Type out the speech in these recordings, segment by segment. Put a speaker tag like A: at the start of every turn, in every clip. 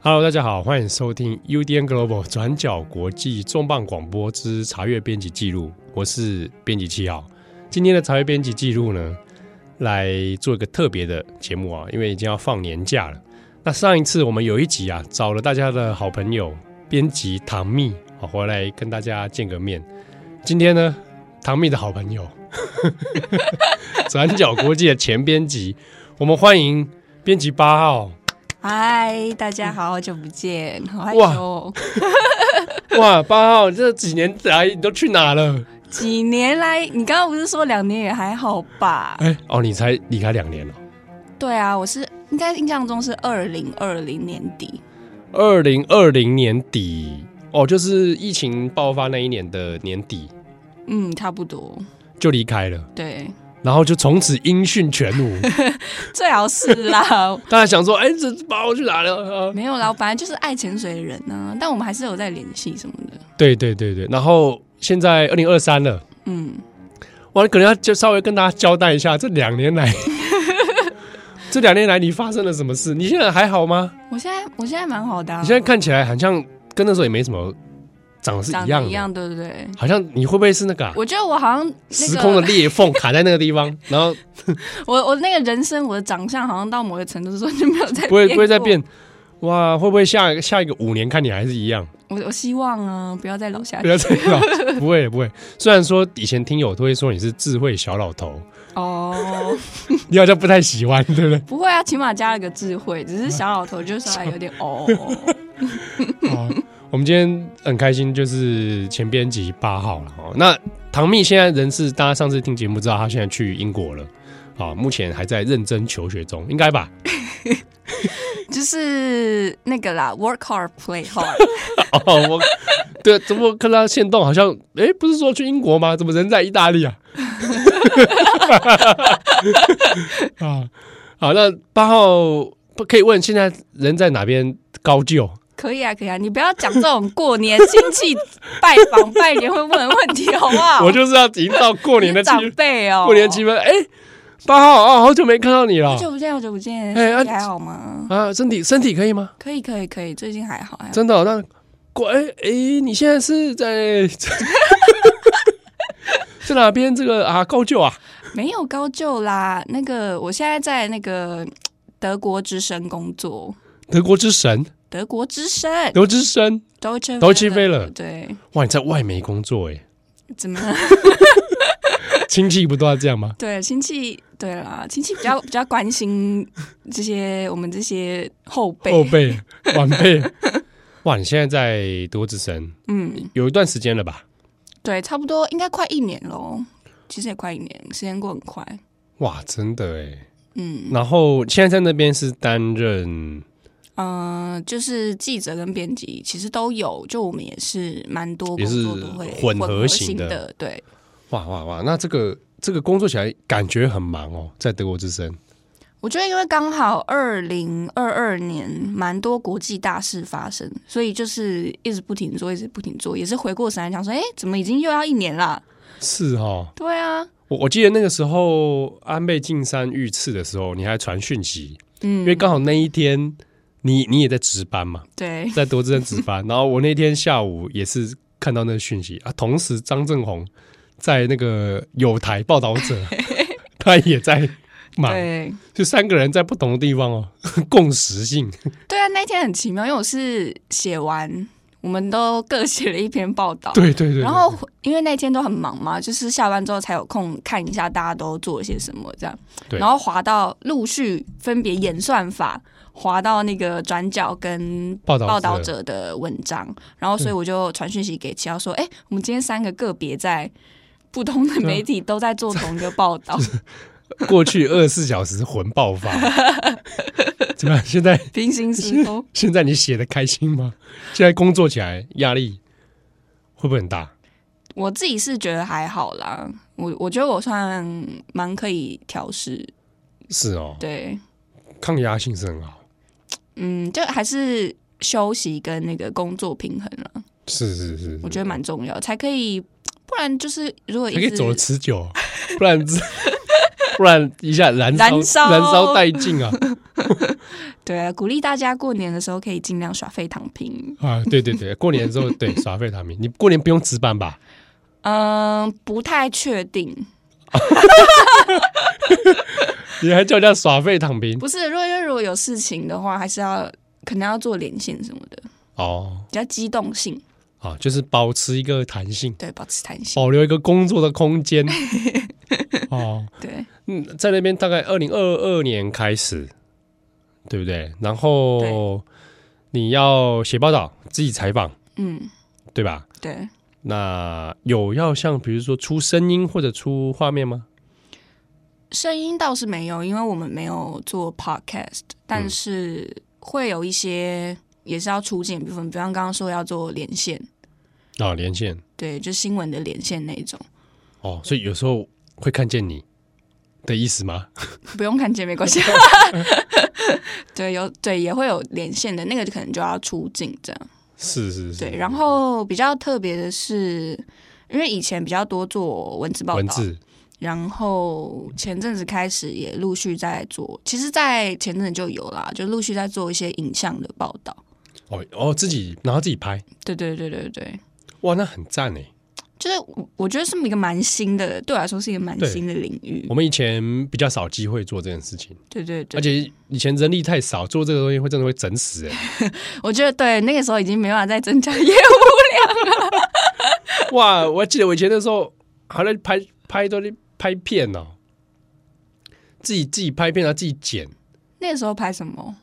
A: Hello，大家好，欢迎收听 UDN Global 转角国际重磅广播之查阅编辑记录，我是编辑七号。今天的查阅编辑记录呢，来做一个特别的节目啊，因为已经要放年假了。那上一次我们有一集啊，找了大家的好朋友编辑唐蜜好回来跟大家见个面。今天呢，唐蜜的好朋友 转角国际的前编辑，我们欢迎编辑八号。
B: 嗨，大家好，好久不
A: 嗯
B: 见，好害羞哦。
A: 哇，八号，这几年来你都去哪了？
B: 几年来，你刚刚不是说两年也还好吧？
A: 哎、哦，你才离开两年了，
B: 对啊，我是应该印象中是二零二零年底，
A: 二零二零年底，哦，就是疫情爆发那一年的年底
B: 嗯，差不多。
A: 就离开了，
B: 对，
A: 然后就从此音讯全无。
B: 最好是 啦，
A: 大家想说，哎、这八号去哪了？啊、
B: 没有啦，我本来就是爱潜水的人呢、但我们还是有在联系什么的。
A: 对对对对，然后现在二零二三了，
B: 嗯，
A: 我可能要就稍微跟大家交代一下，这两年 来，这两年来你发生了什么事？你现在还好吗？
B: 我现在我现在蛮好的、啊，
A: 你现在看起来好像跟那时候也没什么，长得是
B: 长
A: 一
B: 得
A: 样
B: 一
A: 的，
B: 样，对不对？
A: 好像你会不会是那个啊、
B: 我觉得我好像那
A: 时
B: 个，
A: 空的裂缝卡在那个地 方，然后
B: 我我那个人生，我的长相好像到某个程度的时候就没有再
A: 不会不会再
B: 过
A: 变。哇，会不会下一个下一个五年看你还是一样？
B: 我我希望啊，不要再老下
A: 不
B: 去
A: 要这样， 不会不会。虽然说以前听友都会说你是智慧小老头，
B: 哦。
A: 你好像不太喜欢，对不对？
B: 不会啊，起码加了个智慧，只是小老头就稍微有点 哦。
A: 哦，我们今天很开心，就是前编辑八号了哦。那唐蜜现在人是大家上次听节目知道，他现在去英国了。啊、目前还在认真求学中，应该吧？
B: 就是那个啦，work hard play hard。
A: 哦，我对，怎么看他现动好像，哎，不是说去英国吗？怎么人在意大利啊？ 啊，好，那八号不可以问现在人在哪边高就？
B: 可以啊，可以啊，你不要讲这种过年亲戚拜访拜年会问的问题，好不好？
A: 我就是要营造过年的气
B: 长
A: 氛，
B: 辈哦，
A: 过年气氛。哎，八号啊、好久没看到你了
B: 好久不见，好久不见，
A: 哎啊
B: 你还好吗？
A: 啊，身体身体可以吗？
B: 可以，可以，可以，最近还好，还好。
A: 真的哦、那过哎哎，你现在是在 在哪边？这个啊，高就啊？
B: 没有高就啦。那个，我现在在那个德国之声工作，
A: 德国之神，
B: 德国之声
A: 德国之神。
B: ，Deutsche
A: Deutsche Welle
B: 对，
A: 哇，你在外媒工作哎，
B: 怎么？
A: 亲戚不都要这样吗？
B: 对亲戚，对啦，亲戚比较比较关心这些我们这些后 辈。
A: 后辈、晚辈， 哇，你现在在德国之声
B: 嗯，
A: 有一段时间了吧？
B: 对，差不多应该快一年喽，其实也快一年，时间过很快。
A: 哇，真的哎。
B: 嗯
A: 然后现在在那边是担任
B: 嗯、呃就是记者跟编辑其实都有，就我们也是蛮多
A: 也
B: 工
A: 是
B: 作都会
A: 混合
B: 合
A: 型的
B: 的，对。
A: 哇哇哇，那这个这个工作起来感觉很忙哦，在德国之声
B: 我觉得，因为刚好二零二二年蛮多国际大事发生，所以就是一直不停做，一直不停做，也是回过神来想说，哎，怎么已经又要一年了？
A: 是哦。
B: 对啊，
A: 我我记得那个时候安倍晋三遇刺的时候，你还传讯息，
B: 嗯，
A: 因为刚好那一天你你也在值班嘛，
B: 对，
A: 在多智人值班，然后我那天下午也是看到那个讯息啊，同时张正宏在那个有台报道 者，他也在忙，
B: 对，
A: 就三个人在不同的地方哦， 共识性
B: 对啊，那一天很奇妙，因为我是写完，我们都各写了一篇报道。
A: 对对对对，
B: 然后因为那天都很忙嘛，就是下班之后才有空看一下大家都做了些什么这样。
A: 对
B: 然后滑到陆续分别演算法，滑到那个转角跟
A: 报道
B: 报道者的文章，然后所以我就传讯息给齐瑶说：“哎、我们今天三个个别在不同的
A: 对啊
B: 媒体都在做同一个报 道，
A: 过去二十四小时魂爆 发，怎么样？现在
B: 平行时空。”
A: 现在你写的开心吗？现在工作起来压力会不会很大？
B: 我自己是觉得还好啦，我我觉得我算蛮可以调试，
A: 是哦，
B: 对，
A: 抗压性是很好。
B: 嗯，就还是休息跟那个工作平衡啦，
A: 是是是，
B: 我觉得蛮重要，才可以不然就是如果
A: 才可以
B: 一直
A: 走得持久，啊 不然 不然一下燃烧
B: 燃烧
A: 燃烧殆尽啊！
B: 对啊，鼓励大家过年的时候可以尽量耍废躺平。
A: 啊，对对对，过年的时候对耍废躺平，你过年不用值班吧？
B: 嗯，不太确定，
A: 你还叫人家耍废躺平？
B: 不是，如果因为如果有事情的话，还是要可能要做连线什么的，
A: 哦，
B: 比较机动性，
A: 啊，就是保持一个弹性，
B: 对，保持弹性，
A: 保留一个工作的空 间。哦，
B: 对
A: 嗯，在那边大概二零二二年开始，对不对？然后你要写报道，自己采访，
B: 嗯，
A: 对吧？
B: 对，
A: 那有要像比如说出声音或者出画面吗？
B: 声音倒是没有，因为我们没有做 podcast，但
A: 嗯
B: 是会有一些也是要出镜的部分，比方刚刚说要做连线，
A: 啊、连线
B: 对，就新闻的连线那一种，
A: 哦，所以有时候会看见你的意思吗？
B: 不用看见 没关系。对，有对也会有连线的那个，可能就要出镜这样。
A: 是是是，
B: 对，然后比较特别的是，因为以前比较多做文字报
A: 文
B: 道，
A: 字
B: 然后前阵子开始也陆续在做，其实，在前阵子就有啦，就陆续在做一些影像的报道。
A: 哦哦，自己然后自己拍，
B: 对对对对对，
A: 哇，那很赞哎！
B: 就是我我觉得是一个蛮新的，对我来说是一个蛮
A: 对
B: 新的领域
A: 我。们以前比较少机会做这件事情，
B: 对对嗯对
A: 而，且以前人力太少，做这个东西会真的会整死哎！
B: 我觉得对那个时候已经没办法再增加业务。
A: 哇，我还记得我以前的时候还在拍拍都在拍片哦，自己自己拍片，然后啊自己剪。
B: 那个时候拍什么？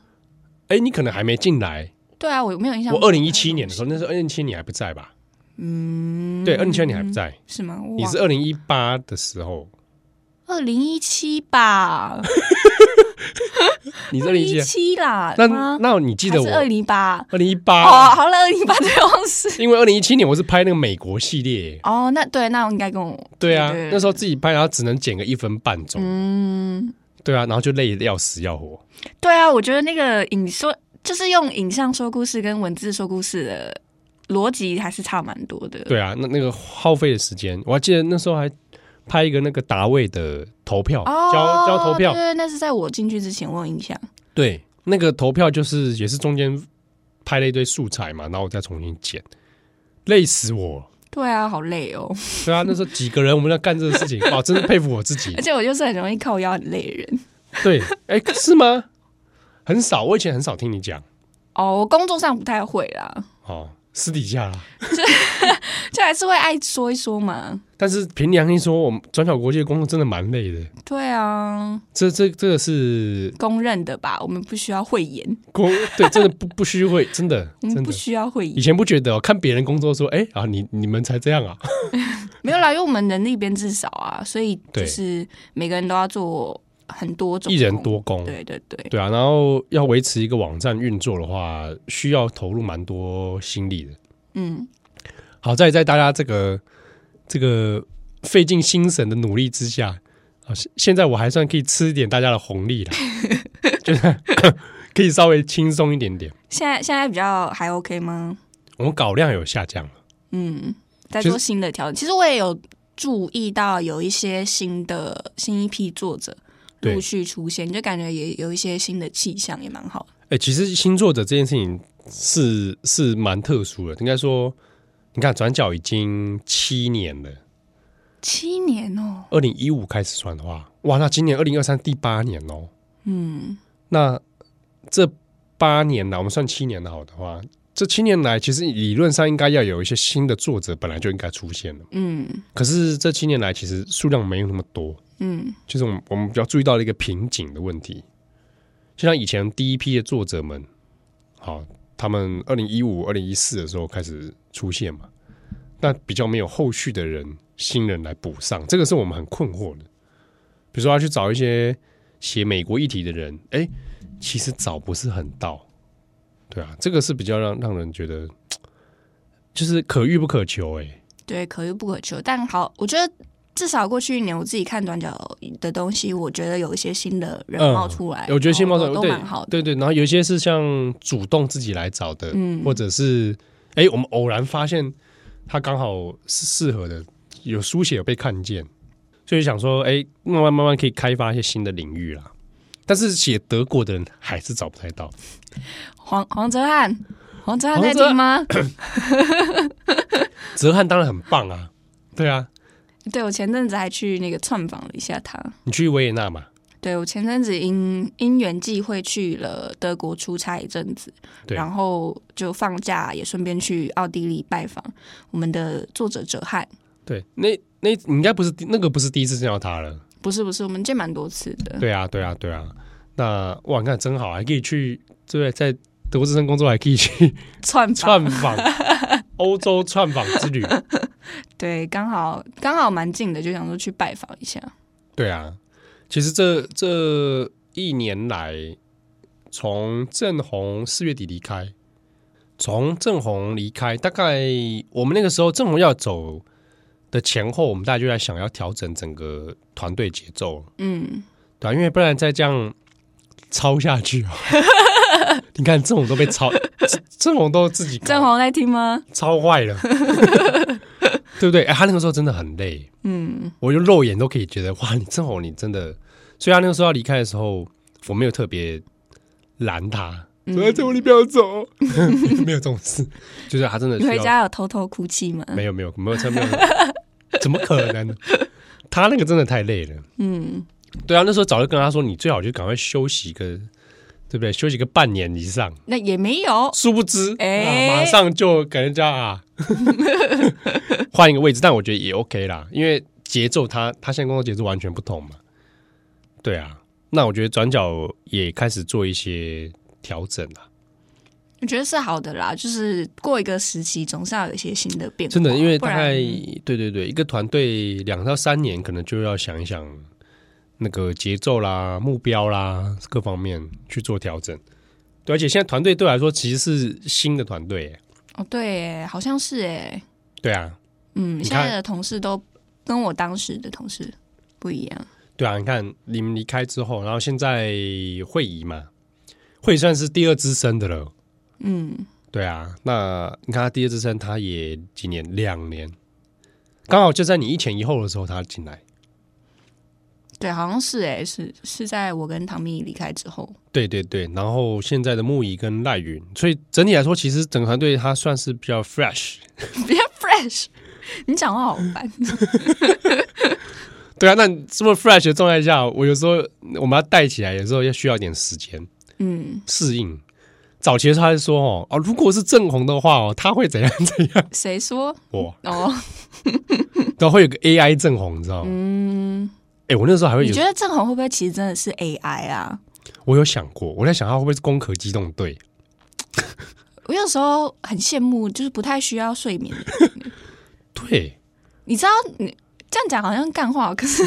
A: 哎，你可能还没进来，
B: 对啊，我没有印象。
A: 我二零一七年的时候，
B: 嗯
A: 那时候二零一七你还不在吧？嗯，对，二零一七你还不在，
B: 是吗？我
A: 你是二零一八的时候，
B: 二零一七吧，
A: 你是
B: 二
A: 二零一七，啊
B: 七啦，
A: 那
B: 吗
A: 那你记得
B: 还是二
A: 我
B: 零一八？
A: 二零一
B: 哦，
A: 八，
B: 好了，二零一八 对，忘事。
A: 因为二零一七年我是拍那个美国系列，
B: 哦，那对，那我应该跟我
A: 对啊，那时候
B: 候
A: 自己拍，然后只能剪个一分半钟，
B: 嗯，
A: 对啊，然后就累得要死要活，
B: 对啊，我觉得那个影说就是用影像说故事跟文字说故事的逻辑还是差蛮多的。
A: 对啊，那那个耗费的时间，我还记得那时候还拍一个那个达位的投票，
B: 哦，
A: 交交投票
B: 对，对，那是在我进去之前，我有印象。
A: 对，那个投票就是也是中间拍了一堆素材嘛，然后我再重新剪，累死我了。
B: 对啊，好累哦，
A: 对啊，那时候几个人我们在干这个事情，哇，真的佩服我自己
B: 而。且我就是很容易靠腰很累的人。
A: 对，哎、是吗？很少，我以前很少听你讲
B: 哦，我工作上不太会啦，
A: 哦，私底下啦。
B: 就还是会爱说一说嘛。
A: 但是凭良心说，我们转角国际的工作真的蛮累的。
B: 对啊，
A: 这这这个是
B: 公认的吧？我们不需要慧眼，
A: 工，对，真的不不虚会，真的
B: 我
A: 真
B: 们
A: 的
B: 嗯不。需要慧
A: 以
B: 眼，
A: 前不觉得、哦，看别人工作说，哎、啊，你你们才这样啊，
B: 没有啦，因为我们能力编制少啊，所以
A: 对
B: 就是每个人都要做很多种，
A: 一人，多工，
B: 对对对，
A: 对啊，然后要维持一个网站运作的话，需要投入蛮多心力的。
B: 嗯，
A: 好在在大家这个这个费尽心神的努力之下，啊，现现在我还算可以吃一点大家的红利了，就是 可以稍微轻松一点点。
B: 现在现在比较还 OK 吗？
A: 我们稿量有下降了，
B: 嗯，在
A: 其实
B: 做新的调整。其实我也有注意到有一些新的新一批作者
A: 对
B: 陆续出现，就感觉也有一些新的气象，也蛮好的。
A: 哎、其实星座者这件事情是是蛮特殊的，应该说，你看转角已经七年了，
B: 七年哦，
A: 二零一五开始算的话，哇，那今年二零二三第八年哦，
B: 嗯，
A: 那这八年来，我们算七年好的话，这七年来其实理论上应该要有一些新的作者本来就应该出现了，
B: 嗯
A: 可是这七年来其实数量没有那么多，
B: 嗯
A: 就是我们我们比较注意到了一个瓶颈的问题，就像以前第一批的作者们，好，他们二零一五、二零一四的时候开始出现嘛，那比较没有后续的人新人来补上，这个是我们很困惑的。比如说要去找一些写美国议题的人，哎，其实找不是很到，对啊，这个是比较让让人觉得就是可遇不可求、诶。哎。
B: 对，可遇不可求。但好，我觉得至少过去一年我自己看短角的东西，我觉得有一些新的人
A: 嗯
B: 冒出来，
A: 我觉得新
B: 然
A: 冒
B: 后
A: 出来
B: 都都
A: 对
B: 蛮好的。
A: 对对，然后有一些是像主动自己来找的，
B: 嗯
A: 或者是哎，诶我们偶然发现他刚好是适合的，有书写有被看见，所以想说，哎，慢慢慢慢可以开发一些新的领域啦。但是写德国的人还是找不太到，
B: 黄黄泽汉，黄泽汉
A: 黄
B: 在
A: 泽
B: 听吗？
A: 泽汉当然很棒啊，对啊，
B: 对我前阵子还去那个窜访了一下他。
A: 你去维也纳嘛，
B: 对我前阵子因因缘际会去了德国出差一阵子，
A: 对
B: 然后就放假也顺便去奥地利拜访我们的作者哲翰。
A: 对，那那你应该不是第那个不是第一次见到他了，
B: 不是不是，我们见蛮多次的。
A: 对啊，对啊，对啊。那哇，你看真好，还可以去，对不对？在德国之声工作，还可以去
B: 窜吧
A: 串访欧洲串访之 旅。
B: 对，刚好刚好蛮近的，就想说去拜访一下。
A: 对啊，其实这这一年来，从郑红四月底离开，从郑红离开，大概我们那个时候郑红要走的前后，我们大家就在想要调整整个团队节奏了
B: 嗯，
A: 对、啊，因为不然再这样抄下去哦。你看郑红都被抄，郑郑红都自己搞
B: 郑红在听吗？
A: 抄坏 了，对不对？哎，他那个时候真的很累，
B: 嗯，
A: 我就肉眼都可以觉得，哇，你郑红你真的，所以他那个时候要离开的时候，我没有特别拦他，
B: 嗯
A: 说哎郑红你不要 走， 没有这种事，就是他真的
B: 你
A: 需
B: 回
A: 要
B: 家有偷偷哭泣吗？
A: 没有没有没有车没有，怎么可能呢？他那个真的太累了。
B: 嗯，
A: 对啊，那时候早就跟他说，你最好就赶快休息个，对不对？休息个半年以上。
B: 那也没有。
A: 殊不知，
B: 哎
A: 啊、马上就给人家啊 换一个位置，但我觉得也 OK 啦，因为节奏他他现在工作节奏完全不同嘛。对啊，那我觉得转角也开始做一些调整啦。
B: 我觉得是好的啦，就是过一个时期，总是要有一些新的变化。
A: 真的，因为
B: 不
A: 大
B: 然
A: 概对对对，一个团队两到三年，可能就要想一想那个节奏啦、目标啦各方面去做调整。对，而且现在团队对我来说其实是新的团队耶，
B: 哦，对耶，好像是哎，
A: 对啊，
B: 嗯，
A: 你
B: 现
A: 看
B: 在的同事都跟我当时的同事不一样。
A: 对啊，你看你们离开之后，然后现在会议嘛，会议算是第二资深的了。
B: 嗯，
A: 对啊，那你看他第二资深，他也几年，两年，刚好就在你一前一后的时候他进来。
B: 对，好像是哎，是是在我跟唐蜜离开之后。
A: 对对对，然后现在的木仪跟赖云，所以整体来说，其实整个团队他算是比较 fresh。
B: 比较 fresh。你讲话好烦，
A: 对啊，那这么 fresh 的状态下，我有时候我们要带起来，有时候要需要一点时间
B: 嗯，
A: 适应。早期的时候他就说哦，啊，如果是正红的话哦，他会怎样 怎样
B: 谁说？
A: 我。
B: 哦，
A: 然后会有个 AI 正红，你知道吗？嗯，哎、我那时候还会
B: 你觉
A: 有，
B: 得郑红会不会其实真的是 AI 啊？
A: 我有想过，我在想他会不会是攻壳机动队？
B: 我有时候很羡慕，就是不太需要睡眠。
A: 对，
B: 你知道，你这样讲好像干话，可是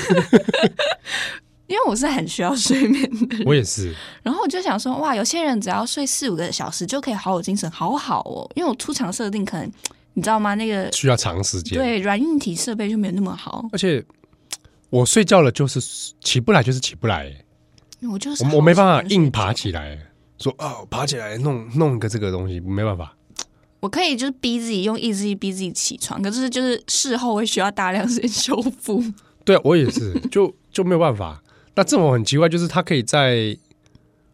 B: 因为我是很需要睡眠的人，
A: 我也是，
B: 然后我就想说，哇，有些人只要睡四五个小时就可以好有精神，好好哦。因为我出厂设定可能你知道吗？那个
A: 需要长时间。，
B: 对软硬体设备就没有那么好，
A: 而且我睡觉了就是起不来，就是起不来、欸
B: 我就是
A: 我我没办法
B: 好喜欢睡
A: 硬爬起来、欸说啊，爬起来弄弄一个这个东西，没办法。
B: 我可以就是逼自己用意志力逼自己起床，可是就是事后会需要大量时间修 复。
A: 对啊，我也 是，就就没有办法。那这种很奇怪，就是他可以在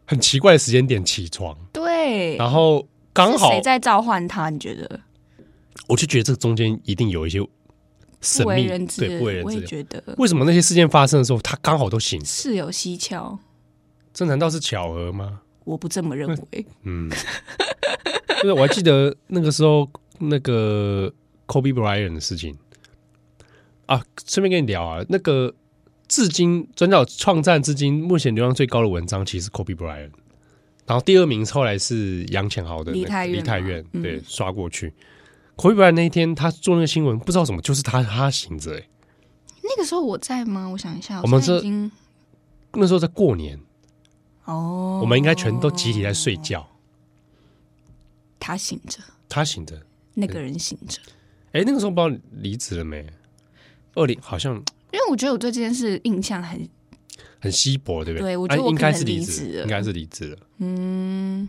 A: 很奇怪的时间点起床，
B: 对，
A: 然后刚好
B: 是谁在召唤他？你觉得
A: 我就觉得这中间一定有一些神
B: 不为
A: 秘，
B: 人知
A: 对，不为人
B: 我
A: 知
B: 也
A: 的。
B: 觉得
A: 为什么那些事件发生的时候，他刚好都醒？
B: 事有蹊跷，
A: 这难道是巧合吗？
B: 我不这么认为。
A: 嗯，就是我还记得那个时候那个 Kobe Bryant 的事情啊，顺便跟你聊啊，那个至今转角创战至今目前流量最高的文章，其实是 Kobe Bryant，然后第二名是后来是杨浅豪的那个
B: 梨泰院
A: 梨泰
B: 嘛
A: 院
B: 嗯
A: 对刷过去。Kobe Bryant 那一天他做那个新闻，不知道怎么就是他他醒着、欸，
B: 那个时候我在吗？我想一下，
A: 我们
B: 现在
A: 是
B: 已经
A: 那时候在过年，
B: 哦，
A: 我们应该全都集体在睡觉，
B: 他醒着，
A: 他醒着。
B: 那个人醒着。
A: 哎，那个时候不知道离职了没？二零好像
B: 因为我觉得我对这件事印象很
A: 很稀薄，对不对？
B: 对我觉得
A: 啊
B: 我
A: 应
B: 可能
A: 该是离
B: 离职了
A: 应该是离职了。
B: 嗯，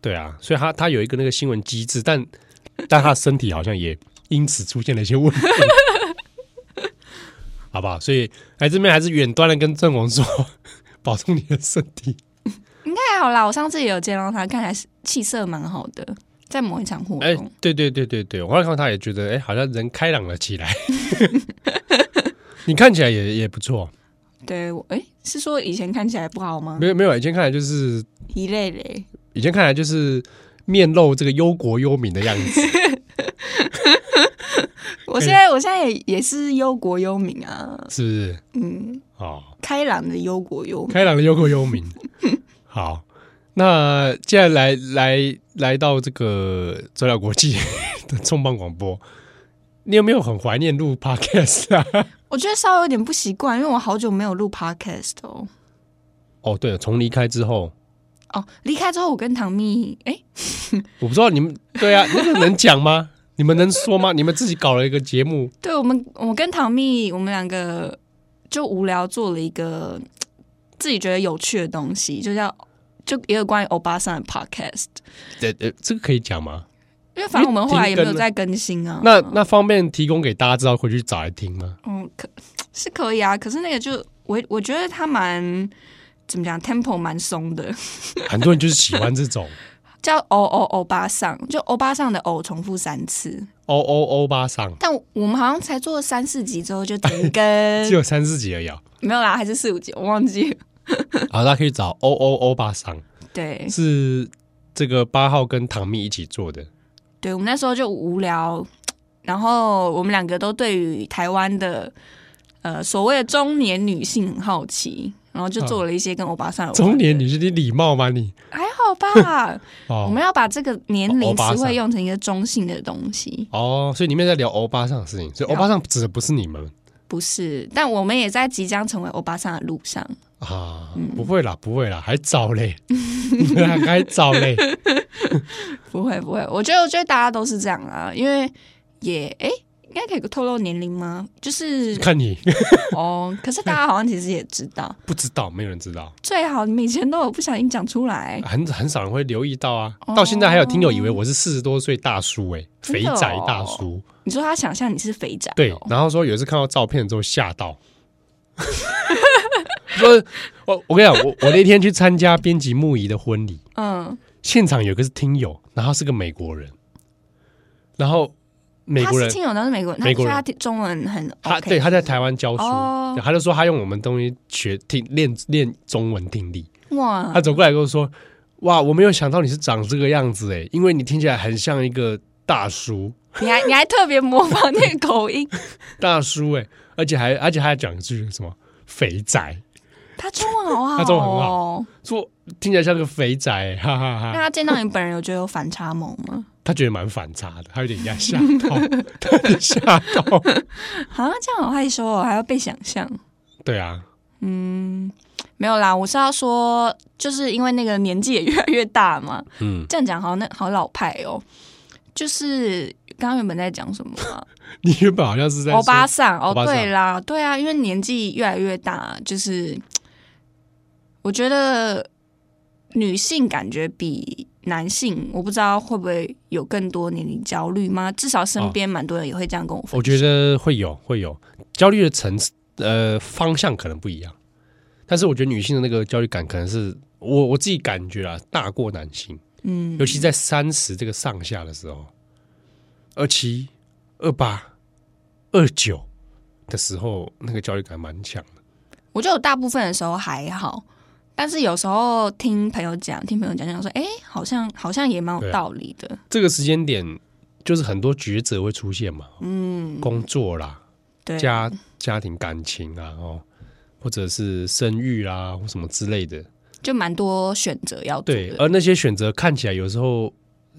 A: 对啊，所以他他有一个那个新闻机制，但但他的身体好像也因此出现了一些问题。 好不好？所以来这边还是远端的跟郑红说，保重你的身体。
B: 太好啦！我上次也有见到他，看起来是气色蛮好的，在某一场活
A: 哎、
B: 动。
A: 对对对对对，我后来看到他也觉得，哎、好像人开朗了起 来。 你看起来也也不错，
B: 对，我哎、是说以前看起来不好吗？
A: 没有没有，以前看来就是
B: 一类嘞，
A: 以前看来就是面露这个忧国忧民的样子。
B: 我现
A: 哎
B: 在、我现在也也是忧国忧民啊，
A: 是不是？
B: 嗯，
A: 哦，
B: 开朗的忧国忧民。
A: 开朗的忧国忧民。好，那接下来来来到这个周了国际的重磅广播，你有没有很怀念录 podcast 啊？
B: 我觉得稍微有点不习惯，因为我好久没有录 podcast 哦。
A: 哦，对了，从离开之后，
B: 哦，离开之后我跟唐蜜，哎、
A: 我不知道你们对啊，那个能讲吗？ 你们能说吗？你们自己搞了一个节目，
B: 对我们，我跟唐蜜，我们两个就无聊做了一个自己觉得有趣的东西，就叫就一个关于欧巴桑的 podcast。
A: 呃呃，这个可以讲吗？
B: 因为反正我们后来也没
A: 停更
B: 有
A: 了
B: 再更新啊。
A: 那那方便提供给大家知道，回去找来听吗？
B: 嗯，可是可以啊，可是那个就我我觉得他蛮怎么讲，tempo 蛮松的，
A: 很多人就是喜欢这种
B: 叫欧欧欧巴桑，就欧巴桑的欧重复三次，
A: 欧欧欧巴桑，
B: 但我们好像才做了三四集之后就停更
A: 只，有三四集而已 啊。
B: 没有啦，还是四五集，我忘记了。
A: 好，大家可以找欧欧欧巴桑。
B: 对
A: 是这个八号跟唐蜜一起做的，
B: 哦对，我们那时候就无聊，然后我们两个都对于台湾的呃所谓的中年女性很好奇，然后就做了一些跟欧巴桑有关
A: 嗯中年
B: 的
A: 女性你礼貌吗你？
B: 还好吧。我
A: 哦
B: 们要把这个年
A: 欧
B: 龄
A: 巴
B: 词
A: 桑
B: 汇用成一个中性的东西，
A: 哦，所以里面在聊欧巴桑的
B: 嗯
A: 事情，所以欧巴桑指的不是你们
B: 不是？但我们也在即将成为欧巴桑的路上。
A: 啊，
B: 嗯
A: 不会啦，不会啦，还早 嘞，还早嘞，
B: 不会，不会，我觉得，我觉得大家都是这样啊，因为也诶，应该可以透露年龄吗？ 就是
A: 看你
B: 哦，可是大家好像其实也知道，
A: 不知道，没有人知道，
B: 最好你们以前都有不小心讲出来，
A: 很很少人会留意到啊。
B: 哎哦
A: 到现在还有听友以为我是四十多岁大叔、欸，肥
B: 真的哦
A: 宅大叔，
B: 你说他想象你是肥宅、哦，
A: 对，然后说有一次看到照片之后吓到， 说我我跟你讲，我我那天去参加编辑木仪的婚礼。
B: 嗯，
A: 现场有个是听友，然后是个美国人，然后美
B: 他
A: 国
B: 是
A: 人
B: 听友，但是美国人，
A: 美国人
B: 他听中文很 OK，
A: 他对他在台湾教书，
B: 哦
A: 对他就说他用我们东西学听练练中文听力，
B: 哇
A: 他，走过来跟我说：“哇，我没有想到你是长这个样子诶，因为你听起来很像一个大叔
B: 你 还你还特别模仿那个口音，
A: 大叔诶，而且还而且还讲一句什么肥宅，
B: 他中文好好、哦，
A: 他中文很好说听起来像个肥宅欸，哈哈哈
B: 那他见到你本人有觉得有反差萌吗？
A: 他觉得蛮反差的，他有点吓吓到，他有点吓到，
B: 啊，这样好害羞哦，还要被想象。
A: 对啊，
B: 嗯，没有啦，我是要说，就是因为那个年纪也越来越大嘛，
A: 嗯。”
B: 这样讲好像那好老派哦。就是刚刚原本在讲什么啊、
A: 你原本好像是在说
B: 欧巴桑哦
A: 欧巴，桑
B: 对啦，对啊，因为年纪越来越大，就是我觉得女性感觉比男性，我不知道会不会有更多年龄焦虑吗？至少身边蛮多人也会这样跟我分享。
A: 我觉得会有会有焦虑的层次，呃，方向可能不一样，但是我觉得女性的那个焦虑感可能是我我自己感觉啊，大过男性，
B: 嗯
A: 尤其在三十这个上下的时候，二七、二八、二九的时候，那个焦虑感蛮强的。
B: 我觉得我大部分的时候还好，但是有时候听朋友讲，听朋友讲讲说，哎、好像好像也蛮
A: 啊
B: 有道理的。
A: 这个时间点就是很多抉择会出现嘛，
B: 嗯，
A: 工作啦，
B: 对，
A: 家家庭感情啊，哦，或者是生育啦、或什么之类的。
B: 就蛮多选择要做
A: 对，
B: 的。
A: 而那些选择看起来有时候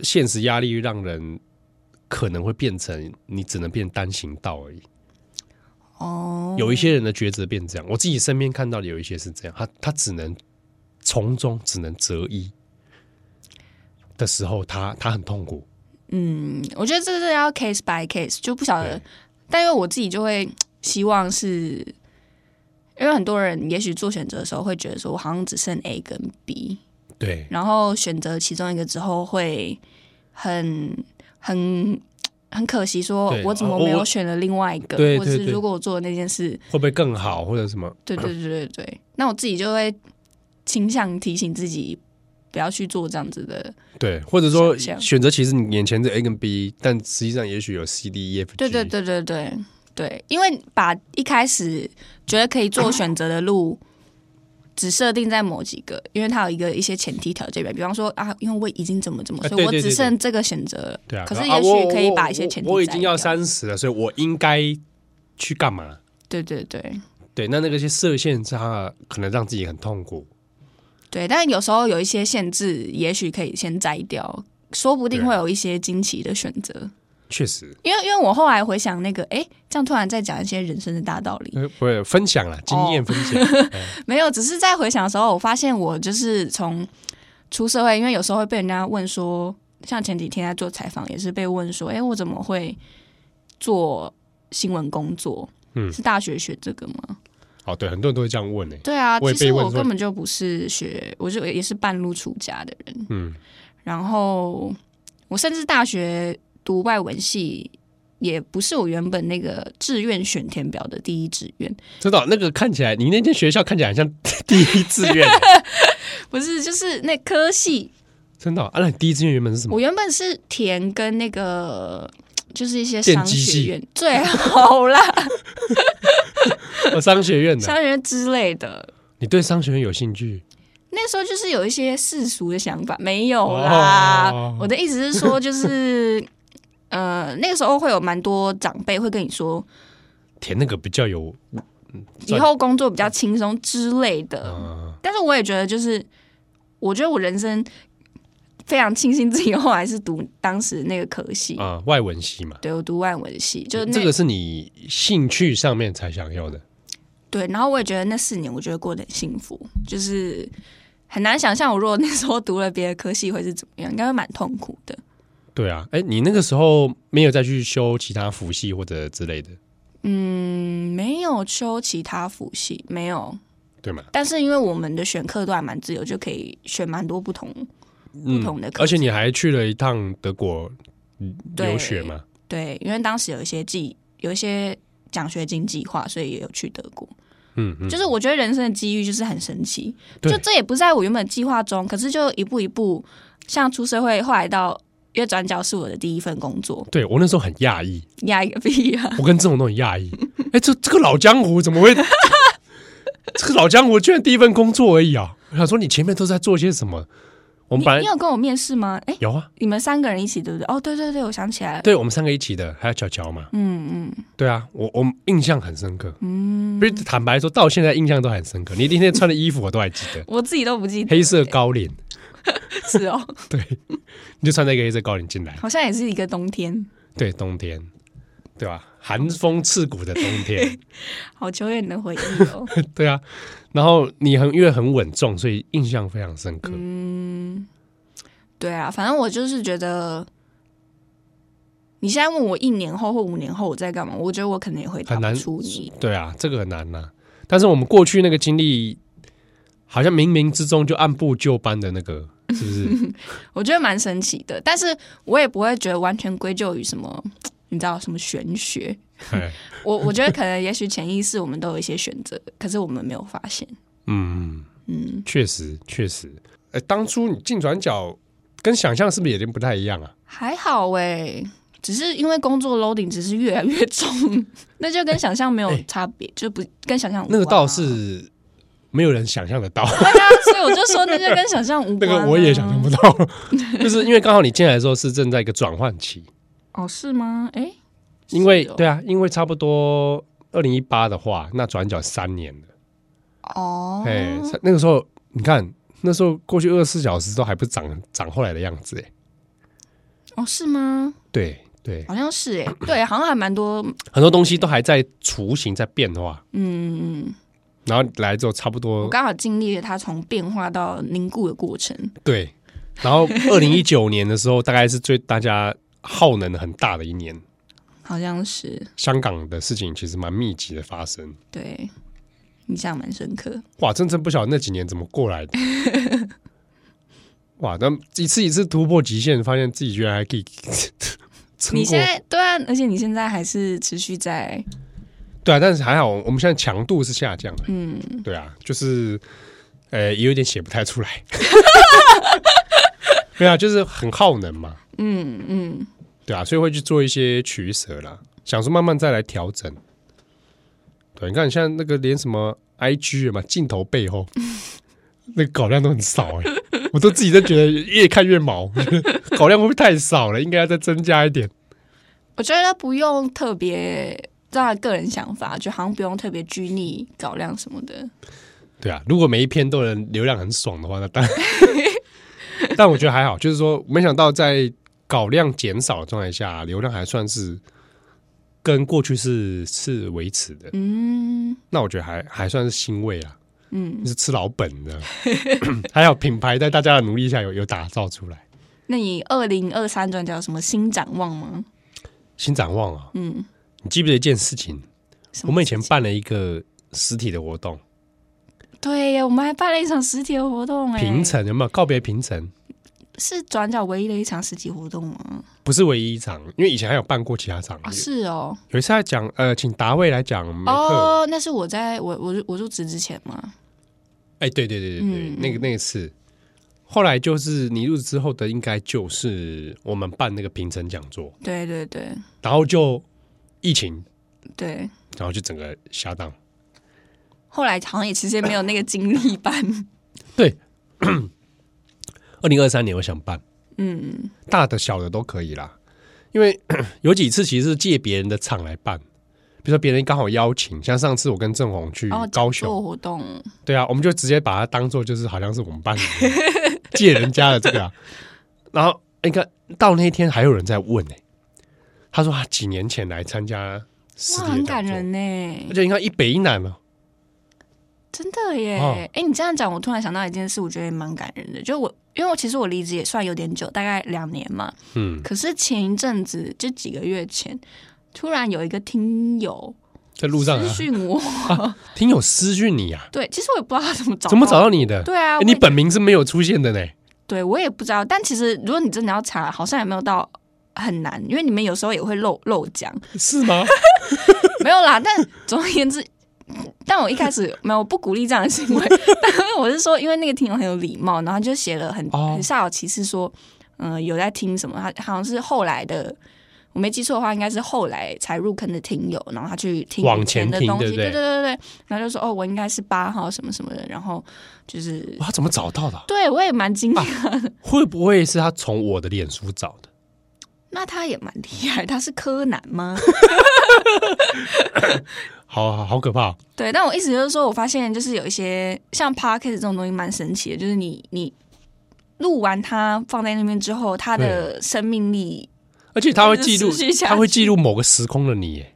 A: 现实压力让人可能会变成你只能变单行道而已。
B: 哦，
A: 有一些人的抉择变这样，我自己身边看到的有一些是这样，他他只能从中只能择一的时候，他他很痛苦。
B: 嗯，我觉得这个要 case by case，就不晓得
A: 对。
B: 但因为我自己就会希望是，因为很多人也许做选择的时候会觉得说，我好像只剩 A 跟 B，
A: 对，
B: 然后选择其中一个之后会很很很可惜，说
A: 对啊
B: 我怎么
A: 我
B: 没有
A: 我
B: 选了另外一个，
A: 对
B: 或
A: 对
B: 是
A: 对
B: 如果我做的那件事，
A: 会不会更好或者什么？
B: 对对对对对，那我自己就会倾向提醒自己不要去做这样子的，
A: 对，或者说
B: 想象
A: 选择其实你眼前这 A 跟 B，但实际上也许有 C、D、E、F、G。
B: 对对对对对对，因为把一开始觉得可以做选择的路。只设定在某几个，因为它有一个一些前提条件表，比方说啊，因为我已经怎么怎么，
A: 啊
B: 所以我
A: 对对对
B: 只剩这个选择了。
A: 对啊。
B: 可是
A: 啊
B: 也
A: 我
B: 许可以
A: 我
B: 把一些前提
A: 我我已
B: 摘
A: 经要
B: 掉
A: 三十了，所以我应该去干嘛？
B: 对对对
A: 对，那那个些设限差可能让自己很痛苦。
B: 对，但有时候有一些限制，也许可以先摘掉，说不定
A: 对啊
B: 会有一些惊奇的选择。
A: 确实，
B: 因为因为我后来回想那个，哎，这样突然在讲一些人生的大道理，
A: 呃，不是分享
B: 哦
A: 啦，经验分享。
B: 没有，只是在回想的时候，我发现我就是从出社会，因为有时候会被人家问说，像前几天在做采访，也是被问说，哎，我怎么会做新闻工作？
A: 嗯
B: 是大学学这个吗？
A: 哦，对，很多人都会这样问欸呢。
B: 对啊，
A: 我也
B: 其
A: 被
B: 实
A: 问
B: 我
A: 说
B: 根本就不是学，我就也是半路出家的人。
A: 嗯，
B: 然后我甚至大学读外文系，也不是我原本那个志愿选填表的第一志愿，
A: 知道那个看起来，你那间学校看起来很像 第一志愿，欸
B: 不是就是那科系，
A: 真的哦。啊，那你第一志愿原本是什么？
B: 我原本是填跟那个。就是一些
A: 电
B: 商
A: 机
B: 学
A: 系
B: 院最 好啦，
A: 哦商学院的。
B: 商学院之类的。
A: 你对商学院有兴趣？
B: 那时候就是有一些世俗的想法，没有啦。
A: 哦
B: 我的意思 是说，就是呃，那个时候会有蛮多长辈会跟你说，
A: 填那个比较有
B: 以后工作比较轻松之类的。
A: 啊，
B: 但是我也觉得，就是我觉得我人生非常庆幸自己后来是读当时那个科系，
A: 啊，外文系嘛，
B: 对我读外文系，就那、
A: 这个是你兴趣上面才想要的。
B: 对。然后我也觉得那四年，我觉得过得很幸福，就是很难想象我如果那时候读了别的科系会是怎么样，应该会蛮痛苦的。
A: 对啊，哎，你那个时候没有再去修其他辅系或者之类的，
B: 嗯，没有修其他辅系，没有。
A: 对吗？
B: 但是因为我们的选课都还蛮自由，就可以选蛮多不同不
A: 嗯
B: 同的，课程
A: 而且你还去了一趟德国嗯
B: 对
A: 留学嘛，
B: 对，因为当时有一些计有一些奖学金计划，所以也有去德国。
A: 嗯嗯，
B: 就是我觉得人生的机遇就是很神奇，
A: 对
B: 就这也不在我原本计划中，可是就一步一步，像出社会，后来到因为转角是我的第一份工作，
A: 对我那时候很讶异，
B: 压一个屁啊！
A: 我跟这种都很讶异， 哎，这这个老江湖怎么会？ 这个老江湖居然第一份工作而已啊！我想说你前面都在做些什么？我
B: 你
A: 们本
B: 你
A: 来
B: 有跟我面试吗？哎、
A: 有啊，
B: 你们三个人一起对不对？哦，对对对，我想起来了，
A: 对我们三个一起的，还有巧巧嘛，
B: 嗯嗯
A: 对啊，我我印象很深刻。
B: 嗯，
A: 不是坦白说，到现在印象都很深刻。你那天穿的衣服我都还记
B: ，
A: 得
B: 我自己都不记得
A: 黑色高领，
B: 是哦，
A: 你就穿那个黑色高领进来。
B: 好像也是一个冬天，
A: 对，冬天，对吧？寒风刺骨的冬 天，
B: 好久远的回忆 哦。
A: 对啊。然后你很因为很稳重，所以印象非常深刻。
B: 嗯，对啊，反正我就是觉得，你现在问我一年后或五年后我在干嘛，我觉得我可能也回答
A: 很
B: 不
A: 难
B: 出你。
A: 对啊，这个很难呐、但是我们过去那个经历，好像冥冥之中就按部就班的那个，是不 是？
B: 我觉得蛮神奇的，但是我也不会觉得完全归咎于什么，你知道什么玄学。
A: 哎，
B: 我我觉得可能也许潜意识我们都有一些选择，可是我们没有发现。
A: 嗯，
B: 嗯，
A: 确实确实。哎，当初你进转角跟想象是不是有点不太一样啊？
B: 还好哎、只是因为工作 loading 只是越来越重，那就跟想象没有差别，就不跟想象无
A: 哎那个
B: 关啊
A: 倒是没有人想象得到，
B: 对啊，所以我就说那就跟想象无
A: 那
B: 关、啊。
A: 个我也想象不到， 就是因为刚好你进来的时候是正在一个转换期，
B: 哦，是吗？哎、
A: 因为
B: 是哦
A: 对啊，因为差不多二零一八的话，那转角三年了，
B: 哦，
A: 哎，那个时候你看那时候过去二十四小时都还不是长长后来的样子，哎，
B: 哦，是吗？
A: 对对，
B: 好像是哎、对，好像还蛮多，
A: 很多东西都还在雏形在变化，
B: 嗯，嗯
A: 然后来之后差不
B: 我
A: 多
B: 刚好经历了它从变化到凝固的过程。
A: 对，然后二零一九年的时候大概是最大家耗能很大的一年，
B: 好像是
A: 香港的事情其实蛮密集的发生。
B: 对，印象蛮深刻。
A: 哇，真真不晓得那几年怎么过来的。 哇，那一次一次突破极限，发现自己居然还可以 撑
B: 你
A: 过
B: 现在对啊，而且你现在还是持续在
A: 对啊，但是还好，我们现在强度是下降的。
B: 嗯，
A: 对啊，就是呃，也有点写不太 出来。没有、啊，就是很耗能嘛。
B: 嗯嗯，
A: 对啊，所以会去做一些取舍啦，想说慢慢再来调整。对，你看像那个连什么 IG 嘛，镜头背 后那个稿量都很少哎、我都自己都觉得越看越毛， 稿量会不会太少了？应该要再增加一点。
B: 我觉得不用特别，当然个人想法，就好像不用特别拘泥搞量什么的。
A: 对啊，如果每一篇都能流量很爽的话，那当 然。但我觉得还好，就是说，没想到在稿量减少的状态下，流量还算是跟过去是是维持的。
B: 嗯
A: 那我觉得还还算是欣慰啦，
B: 嗯，
A: 是吃老本 的。还有品牌在大家的努力下有有打造出来，
B: 那你二零二三转角有什么新展望吗？
A: 新展望啊！
B: 嗯，
A: 你记不记得一件事情？
B: 什
A: 我
B: 么
A: 们以前办了一个实体的活动，
B: 对呀，我们还办了一场实体的活动哎、
A: 平城有没有告别平城？
B: 是转角唯一的一场实体活动吗？
A: 不是唯一一场，因为以前还有办过其他场。
B: 啊，是哦，
A: 有一次他讲，呃，请达卫来讲梅克，
B: 哦，那是我在我我入我入职之前嘛，
A: 哎、对对对对对，
B: 嗯
A: 那个那个次，后来就是你入职之后的，应该就是我们办那个评审讲座，
B: 对对对
A: 然后就疫情，
B: 对，
A: 然后就整个下档。
B: 后来好像也其实也没有那个精力办，
A: 二零二三年我想办，
B: 嗯
A: 大的小的都可以啦，因为 有几次其实是借别人的场来办，比如说别人刚好邀请，像上次我跟郑红去
B: 然后
A: 高
B: 哦讲座
A: 雄，
B: 活动，
A: 对啊，我们就直接把它当做就是好像是我们办的一样借人家的这个、啊，然后你看到那一天还有人在问呢、欸他说他几年前来参加实
B: 哇，
A: 体
B: 很
A: 的讲
B: 感
A: 座，
B: 人呢、
A: 而且你看一北一南了，
B: 真的耶！哎、
A: 哦
B: 你这样讲，我突然想到一件事，我觉得也蛮感人的。就我，因为我其实我离职也算有点久，大概两年嘛。
A: 嗯，
B: 可是前一阵子，就几个月前，突然有一个听友
A: 在路上
B: 私
A: 啊，
B: 讯我，
A: 听友私讯你啊，
B: 对，其实我也不知道他怎么找，
A: 怎么找？到你的？
B: 对啊，
A: 诶
B: 我
A: 你
B: 也
A: 本名是没有出现的呢，
B: 对我也不知道。但其实如果你真的要查，好像也没有到很难，因为你们有时候也会漏漏讲，
A: 是吗？
B: 没有啦。但总而言之，但我一开始没有，我不鼓励这样的行为。 但我是说，因为那个听友很有礼貌，然后他就写了很
A: 哦
B: 很煞有其事说，嗯、有在听什么，他好像是后来的。我没记错的话，应该是后来才入坑的听友，然后他去听
A: 往
B: 以前
A: 前
B: 的
A: 听
B: 东
A: 对
B: 西，
A: 不
B: 对
A: 对
B: 对对对，然后就说哦，我应该是八号什么什么的，然后就是，
A: 哇，怎么找到的啊、
B: 对我也蛮惊讶
A: 啊会不会是他从我的脸书找的？
B: 那他也蛮厉害，他是柯南吗？
A: 好好好可怕哦！
B: 对，但我意思就是说，我发现就是有一些像 podcast 这种东西蛮神奇的，就是你你录完它放在那边之后，它的生命力
A: 而且他会记录
B: 一直持续，下去
A: 他会记录某个时空的你欸耶。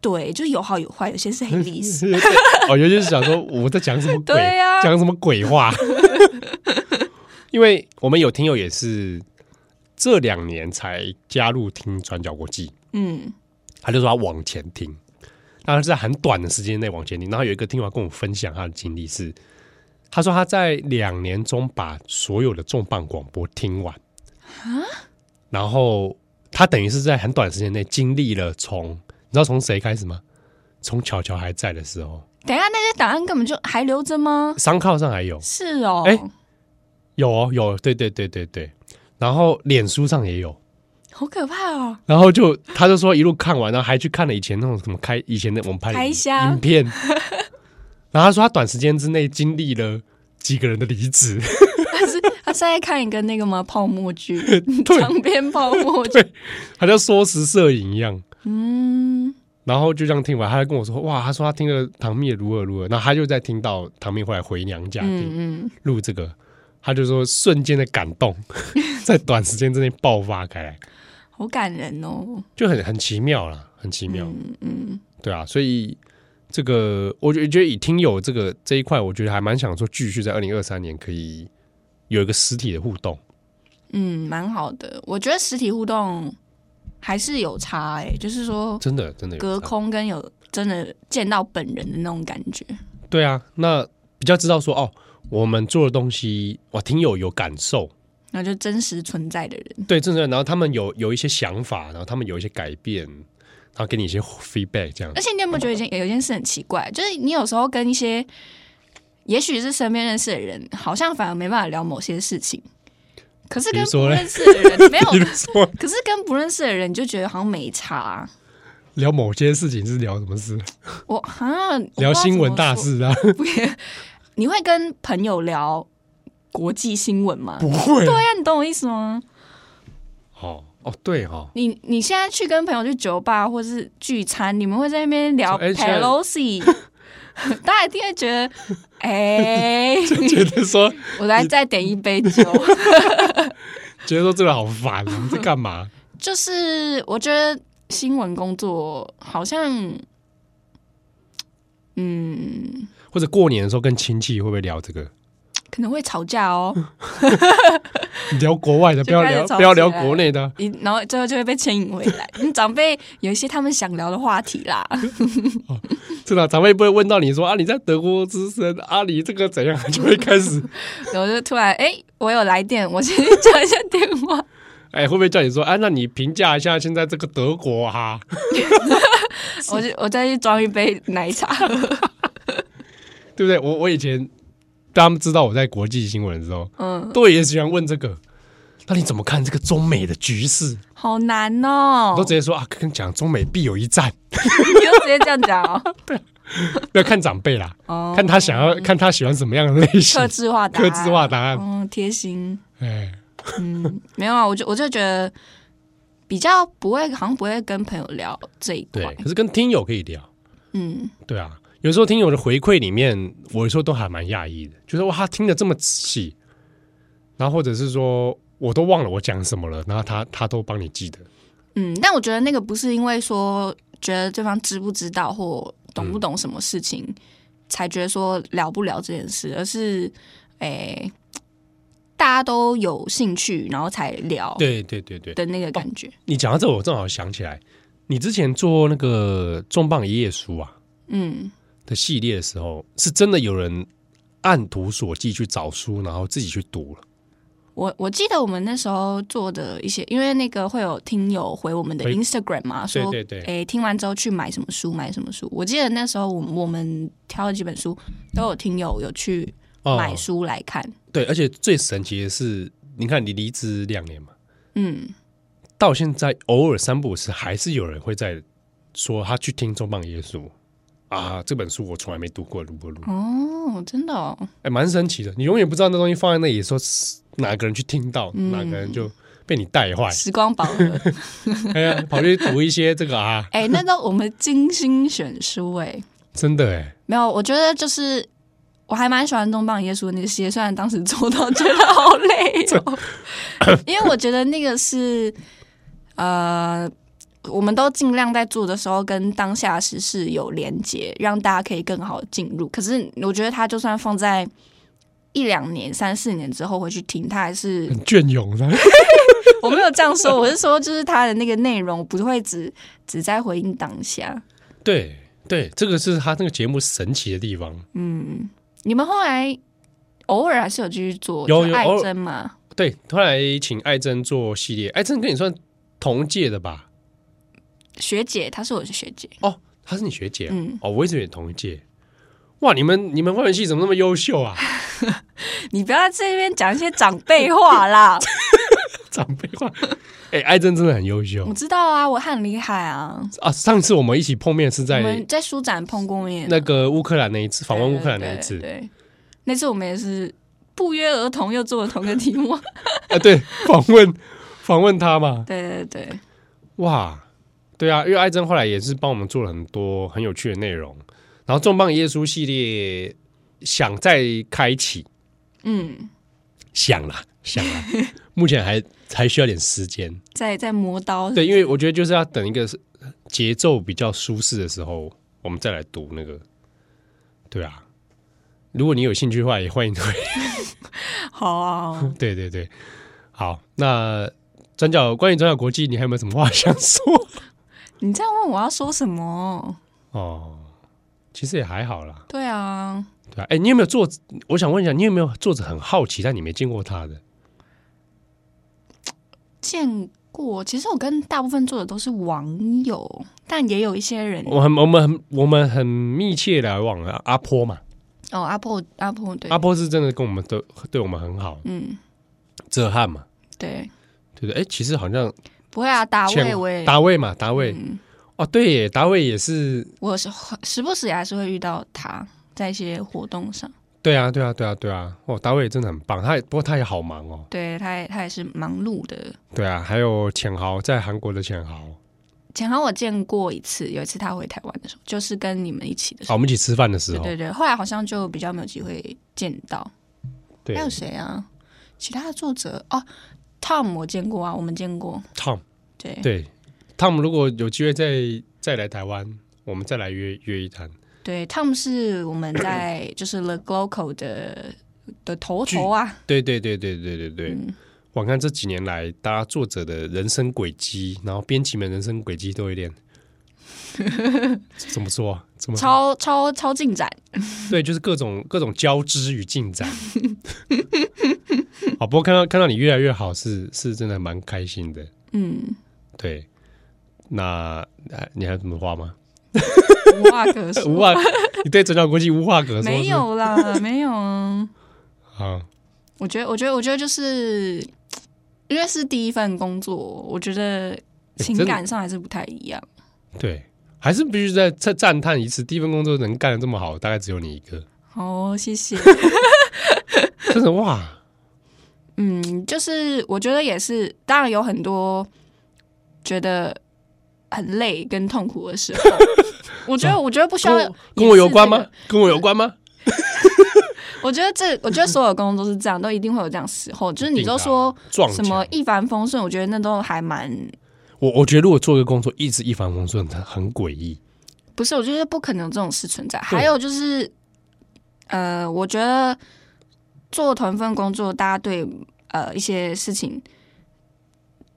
B: 对，就有好有坏，有些是黑历史。
A: 哦，尤其是想说我在讲什么鬼，
B: 对呀
A: 讲什么鬼 话。因为我们有听友也是这两年才加入听转角国际，
B: 嗯，
A: 他就说他往前听，当然是在很短的时间内往前听。然后有一个听友跟我分享他的经历是，他说他在两年中把所有的重磅广播听完然后他等于是在很短的时间内经历了从你知道从谁开始吗？从巧巧还在的时候，
B: 等一下那些档案根本就还留着吗？
A: 商靠上还有
B: 是哦，
A: 哎有哦有，对对对对对，然后脸书上也有。
B: 好可怕哦！
A: 然后就他就说一路看完，然后还去看了以前那种什么开以前的我们拍的
B: 开
A: 影
B: 箱
A: 影片， 然后他说他短时间之内经历了几个人的离职，
B: 他是他是在看一个那个吗泡沫剧，长篇泡沫剧。
A: 他像缩时摄影一样。
B: 嗯，
A: 然后就这样听完，他还跟我说：“哇，他说他听了唐蜜如何如何。”然后他就在听到唐蜜后来回娘家听
B: 嗯嗯，
A: 录这个，他就说瞬间的感动， 在短时间之内爆发开来，
B: 好感人哦。
A: 就很很奇妙啦，很奇妙。
B: 嗯嗯，
A: 对啊，所以这个我觉觉得以听友这个这一块，我觉得还蛮想说继续在二零二三年可以有一个实体的互动。
B: 哦嗯，蛮好的。我觉得实体互动还是有差哎、就是说
A: 真的真的有
B: 隔
A: 差
B: 空跟有真的见到本人的那种感觉。
A: 对啊，那比较知道说哦，我们做的东西哇，听友有感受，
B: 然后就真实存在的人，
A: 对，真正然后他们有有一些想法，然后他们有一些改变，然后给你一些 feedback 这样
B: 而。且你有没有觉得一件有一件事很奇怪，就是你有时候跟一些也许是身边认识的人，好像反而没办法聊某些事情，可是
A: 比
B: 跟
A: 如
B: 不
A: 说嘞
B: 认识 的人没有
A: 比如，说
B: 可是跟不认识的人你就觉得好像没差啊、
A: 聊某些事情是聊什么事？
B: 我啊，
A: 聊新闻大
B: 事。
A: 事 啊？
B: 不也，你会跟朋友聊国际新闻吗？
A: 不会啊。
B: 对呀、你懂我意思吗？
A: 哦哦，对哦。
B: 你你现在去跟朋友去酒吧或是聚餐，你们会在那边聊
A: 说哎现在
B: Pelosi，大家一定会觉得，哎、
A: 觉得说，
B: 我来再点一杯酒。
A: 觉得说这个好烦 啊，你在干嘛？
B: 就是我觉得新闻工作好像，嗯，
A: 或者过年的时候跟亲戚会不会聊这个？
B: 可能会吵 架哦，
A: 聊国外的，不
B: 就
A: 要
B: 开始
A: 聊
B: 吵
A: 不要
B: 起
A: 聊
B: 来
A: 国内的啊。
B: 一然后最后就会被牵引回来。你长辈有一些他们想聊的话题啦。
A: 是的，长辈不会问到你说啊，你在德国资深啊，你这个怎样，就会开 始
B: 然后就突然，哎、我有来电，我先去接一下电话。
A: 哎，会不会叫你说啊？那你评价一下现在这个德国哈、
B: 我就我再去装一杯奶茶。
A: 对不对？我我以前当他们知道我在国际新闻的时候，
B: 嗯，
A: 对，也喜欢问这个。那你怎么看这个中美的局势？
B: 好难哦、
A: 都直接说啊，跟你讲中美必有一战。
B: 你就直接这样讲哦、
A: 要看长辈啦，
B: 哦，
A: 看他想要看他喜欢什么样的类型
B: 克，制化答
A: 客
B: 案，
A: 制化，答案。
B: 嗯，贴心。
A: 哎，
B: 嗯，没有啊，我就我就觉得比较不会，好像不会跟朋友聊这一
A: 对
B: 块。。
A: 可是跟听友可以聊，
B: 嗯，
A: 对啊。有时候听友的回馈里面，我有时候都还蛮讶异的，就是哇，他听得这么仔细，然后或者是说我都忘了我讲什么了，然后他他都帮你记得。
B: 嗯，但我觉得那个不是因为说觉得对方知不知道或懂
A: 嗯
B: 不懂什么事情，才觉得说聊不聊这件事，而是诶、大家都有兴趣，然后才聊
A: 对对对对，
B: 的那个感觉。
A: 你讲到这，我正好想起来，你之前做那个重磅一页书啊
B: 嗯，
A: 的系列的时候，是真的有人按图索骥去找书，然后自己去读了
B: 我我记得我们那时候做的一些，因为那个会有听友回我们的
A: 回
B: Instagram 嘛，说哎
A: 对对对
B: 诶、听完之后去买什么书，买什么书。我记得那时候我我们挑了几本书，都有听友有去买书来看。
A: 哦对，而且最神奇的是，你看你离职两年嘛，
B: 嗯，
A: 到现在偶尔三不五时，还是有人会在说他去听重磅一页书啊，这本书我从来没读过，读过读，
B: 哦，真的哦。
A: 哎，蛮神奇的。你永远不知道那东西放在那里，说哪个人去听到，哪个人就被你带坏，
B: 时光宝盒，
A: 哎呀，跑去读一些这个啊。
B: 哎、那都我们精心选书哎、
A: 真的哎，
B: 没有，我觉得就是我还蛮喜欢东棒耶稣那些，虽然当时做到觉得好累 哦，因为我觉得那个是呃，我们都尽量在做的时候跟当下时事有连接，让大家可以更好地进入。可是我觉得它就算放在一两年、三四年之后回去听，它还是
A: 很隽永的。
B: 我没有这样说，我是说就是它的那个内容不会只只在回应当下。
A: 对对，这个是他那个节目神奇的地方。
B: 嗯，你们后来偶尔还是有继续做，
A: 有
B: 就
A: 有
B: 爱
A: 偶尔
B: 珍嘛？
A: 对，后来请艾珍做系列，艾珍跟你算同届的吧？
B: 学姐，她是我的学姐，
A: 哦，她是你学姐啊、
B: 嗯，
A: 哦，我一直以为同一届。哇，你们你们外文系怎么那么优秀啊？
B: 你不要在这边讲一些长辈 话啦。
A: 长辈话， 哎、艾珍真的很优秀
B: 我知道啊，我很厉害啊，
A: 啊！上次我们一起碰面是
B: 我
A: 在
B: 们在书展碰过面啊，
A: 那个乌克兰那一次，访问乌克兰那
B: 对
A: 一次
B: 对对，那次我们也是不约而同又做了同个题目，
A: 啊，对， 访问访问他嘛。
B: 对对对，
A: 哇，对啊，因为艾珍后来也是帮我们做了很多很有趣的内容，然后重磅耶稣系列想再开启，
B: 嗯，
A: 想啦想 啦，目前还还需要点时间。
B: 在在磨刀，
A: 对，因为我觉得就是要等一个节奏比较舒适的时候，我们再来读那个。对啊，如果你 有兴趣的话，也欢迎
B: 好啊，好啊
A: 对对对，好，那转角关于转角国际，你还有没有什么话想说？
B: 你这样问我要说什么？
A: 哦，其实也还好啦。
B: 对啊，
A: 对啊，哎，你有没有作？我想问一下，你有没有作者很好奇，但你没见过他的？
B: 见过，其实我跟大部分作者都是网友，但也有一些人
A: 我很我们很我们很密切来往啊，阿坡嘛，
B: 哦，阿婆阿婆对，
A: 阿坡是真的跟我们都对我们很好，
B: 嗯，
A: 泽汉嘛，
B: 对，
A: 对不对？哎，其实好像
B: 不会啊，达
A: 欠
B: 卫我也
A: 达卫嘛，达卫、
B: 嗯，
A: 哦，对耶，达卫也是，
B: 我是时不时也还是会遇到他在一些活动上，
A: 对啊，对啊，对啊，对啊，哦，达卫也真的很棒，他也不过他也好忙哦，
B: 对他也他也是忙碌的。
A: 对啊，还有浅豪在韩国的浅豪，啊
B: 前行我见过一次，有一次他回台湾的时候，就是跟你们一起的时
A: 啊，
B: 候，
A: 我们一起吃饭的时
B: 对
A: 候，
B: 对对，后来好像就比较没有机会见到。
A: 对
B: 还有谁啊？其他的作者哦，Tom 我见过啊，我们见过，
A: ，Tom，
B: 对
A: 对，Tom 如果有机会再再来台湾，我们再来约约一谈，
B: 对，Tom 是我们 在就是 The Glocal 的的头
A: 剧
B: 头啊，
A: 对对对对对对对，
B: 嗯，
A: 我看这几年来，大家作者的人生轨迹，然后编辑们人生轨迹都有 点怎么说啊？怎么说
B: 超超超进展，
A: 对，就是各种各种交织与进展。 好，不过看到看到你越来越好，是是真的蛮开心的。
B: 嗯，
A: 对，那呃你还有什么话 吗？
B: 无话可说，
A: 无话，你对整条国际无话可说是不是。
B: 没有啦，没有啊。
A: 啊，
B: 我觉得，我觉得，我觉得就是因为是第一份工作，我觉得情
A: 真的
B: 感上还是不太一样。
A: 对，还是必须再再赞叹一次，第一份工作能干的这么好，大概只有你一个，
B: 哦，谢谢。
A: 真的哇！
B: 嗯，就是我觉得也是，当然有很多觉得很累跟痛苦的时候。我觉得，我觉得不需
A: 跟
B: 要
A: 我跟我有关吗？？跟我有关吗？
B: 我觉得这，我觉得所有工作都是这样，都一定会有这样的时候。就是你
A: 啊
B: 都说
A: 撞
B: 什么
A: 墙
B: 一帆风顺，我觉得那都还蛮
A: 我我觉得如果做一个工作一直一帆风顺，它很诡异。
B: 不是，我觉得不可能有这种事存在。
A: 对
B: 还有就是，呃，我觉得做同一份工作，大家对呃一些事情，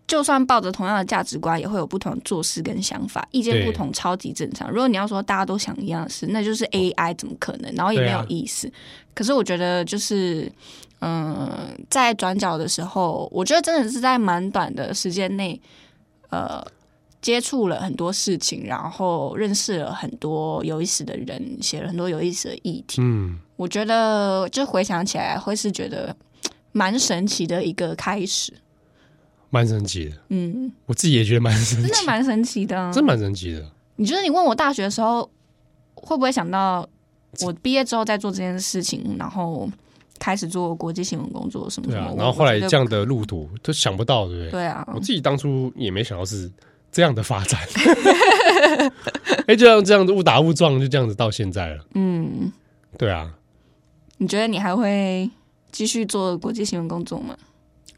B: 就算抱着同样的价值观，也会有不同的做事跟想法，意见
A: 对哦
B: 不同超级正常。如果你要说大家都想一样的事，那就是 AI 怎么可能？然后也
A: 对
B: 没
A: 啊
B: 有意思。可是我觉得就是。嗯，在转角的时候，我觉得真的是在蛮短的时间内，呃，接触了很多事情，然后认识了很多有意思的人，写了很多有意思的议题。
A: 嗯，
B: 我觉得，就回想起来，会是觉得嘖蛮神奇的一个开始。
A: 蛮神奇的，
B: 嗯，
A: 我自己也觉得蛮神
B: 真的
A: 奇，
B: 蛮神奇的、啊。
A: 真蛮神奇的。
B: 你觉得你问我大学的时候，会不会想到我毕业之后再做这件事情，然后开始做国际新闻工作什么
A: 对
B: 什么？
A: 啊，
B: 我
A: 然后后来
B: 我觉
A: 这
B: 得
A: 样的路途都想不到，对不对？
B: 对啊，
A: 我自己当初也没想到是这样的发 展， 哎，就像这样子误打误撞，就这样子到现在了。
B: 嗯，
A: 对啊，
B: 你觉得你还会继续做国际新闻工作吗？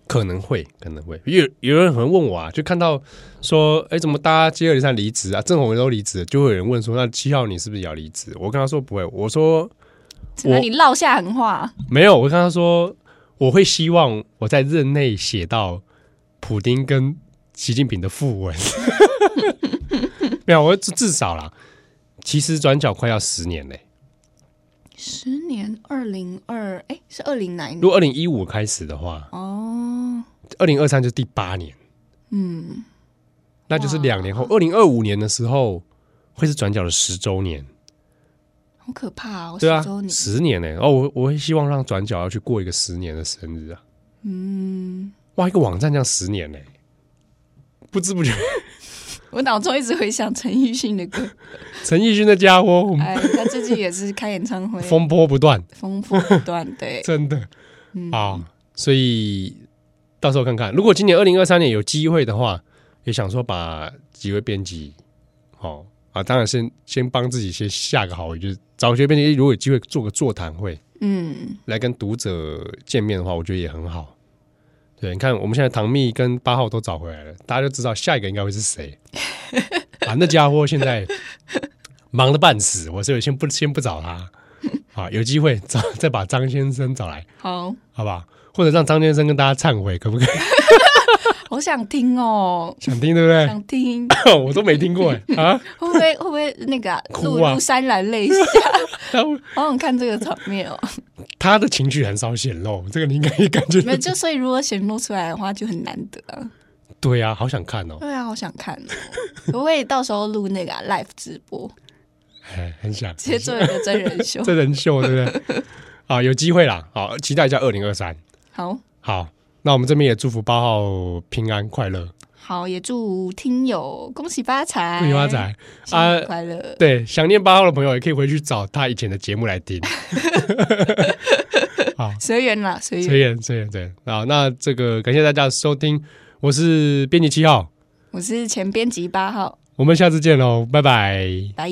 A: 可能会，可能会，有有人可能问我啊，就看到说，哎，怎么大家接二连三离职啊？郑红都离职了，就会有人问说，那七号你是不是也要离职？我跟他说不会，我说
B: 怎么你落下狠话？
A: 没有，我跟他说，我会希望我在任内写到普丁跟习近平的讣文。没有，我至至少啦，其实转角快要十年嘞、
B: 十年，二零二，哎，是二零哪一
A: 如
B: 年？
A: 果二零一五开始的话，
B: 哦，
A: 二零二三就是第八年，
B: 嗯，
A: 那就是两年后，二零二五年的时候会是转角的十周年。
B: 好可怕哦，
A: 对啊
B: 十周，年，
A: 十年嘞、哦，我我会希望让转角要去过一个十年的生日啊！
B: 嗯，
A: 哇，一个网站这样十年嘞、不知不觉，
B: 我脑中一直回想陈奕迅的歌，
A: 陈奕迅那家伙我们
B: 哎，他最近也是开演唱会，
A: 风波不断。
B: 风波不断，对，
A: 真的
B: 嗯，
A: 啊、所以到时候看看，如果今年二零二三年有机会的话，也想说把几位编辑，哦啊，当然先先帮自己先下个好，就是找些编辑，如果有机会做个座谈会
B: 嗯，
A: 来跟读者见面的话，我觉得也很好。对，你看我们现在唐蜜跟八号都找回来了，大家就知道下一个应该会是谁啊？那家伙现在忙得半死，我所以先不先不找他。啊，有机会找再把张先生找来，
B: 好，
A: 好吧？或者让张先生跟大家忏悔，可不可以？
B: 好想听哦，
A: 想听对不
B: 想听，
A: 对？ 我都没听过哎啊！
B: 会不会会不会那个啊
A: 哭
B: 录
A: 啊
B: 入潸然泪下？
A: 他
B: 好想看这个场 面哦，
A: 他的情绪很少显露，这个你应该也感觉
B: 没有，就所以如果显露出来的话，就很难得啊，
A: 对啊，好想看哦，
B: 对啊，好想看哦！ 可不可以到时候录那个、啊、live 直播，
A: 哎，很想。？
B: 直接做一个真人秀
A: 这人秀 对不 对？啊，有机会啦，好，期待一下二零二三。
B: 好
A: 好，那我们这边也祝福八号平安快乐，
B: 好，也祝听友恭喜发财，
A: 恭喜发，财
B: 新
A: 啊
B: 年！快乐！
A: 对，想念八号的朋友也可以回去找他以前的节目来听。
B: 哎
A: 好，
B: 随缘啦，随
A: 随
B: 缘。
A: 缘随缘对啊，那这个感谢大家的收听，我是编辑七号，
B: 我是前编辑八号，
A: 哦我们下次见喽，拜拜。
B: 拜。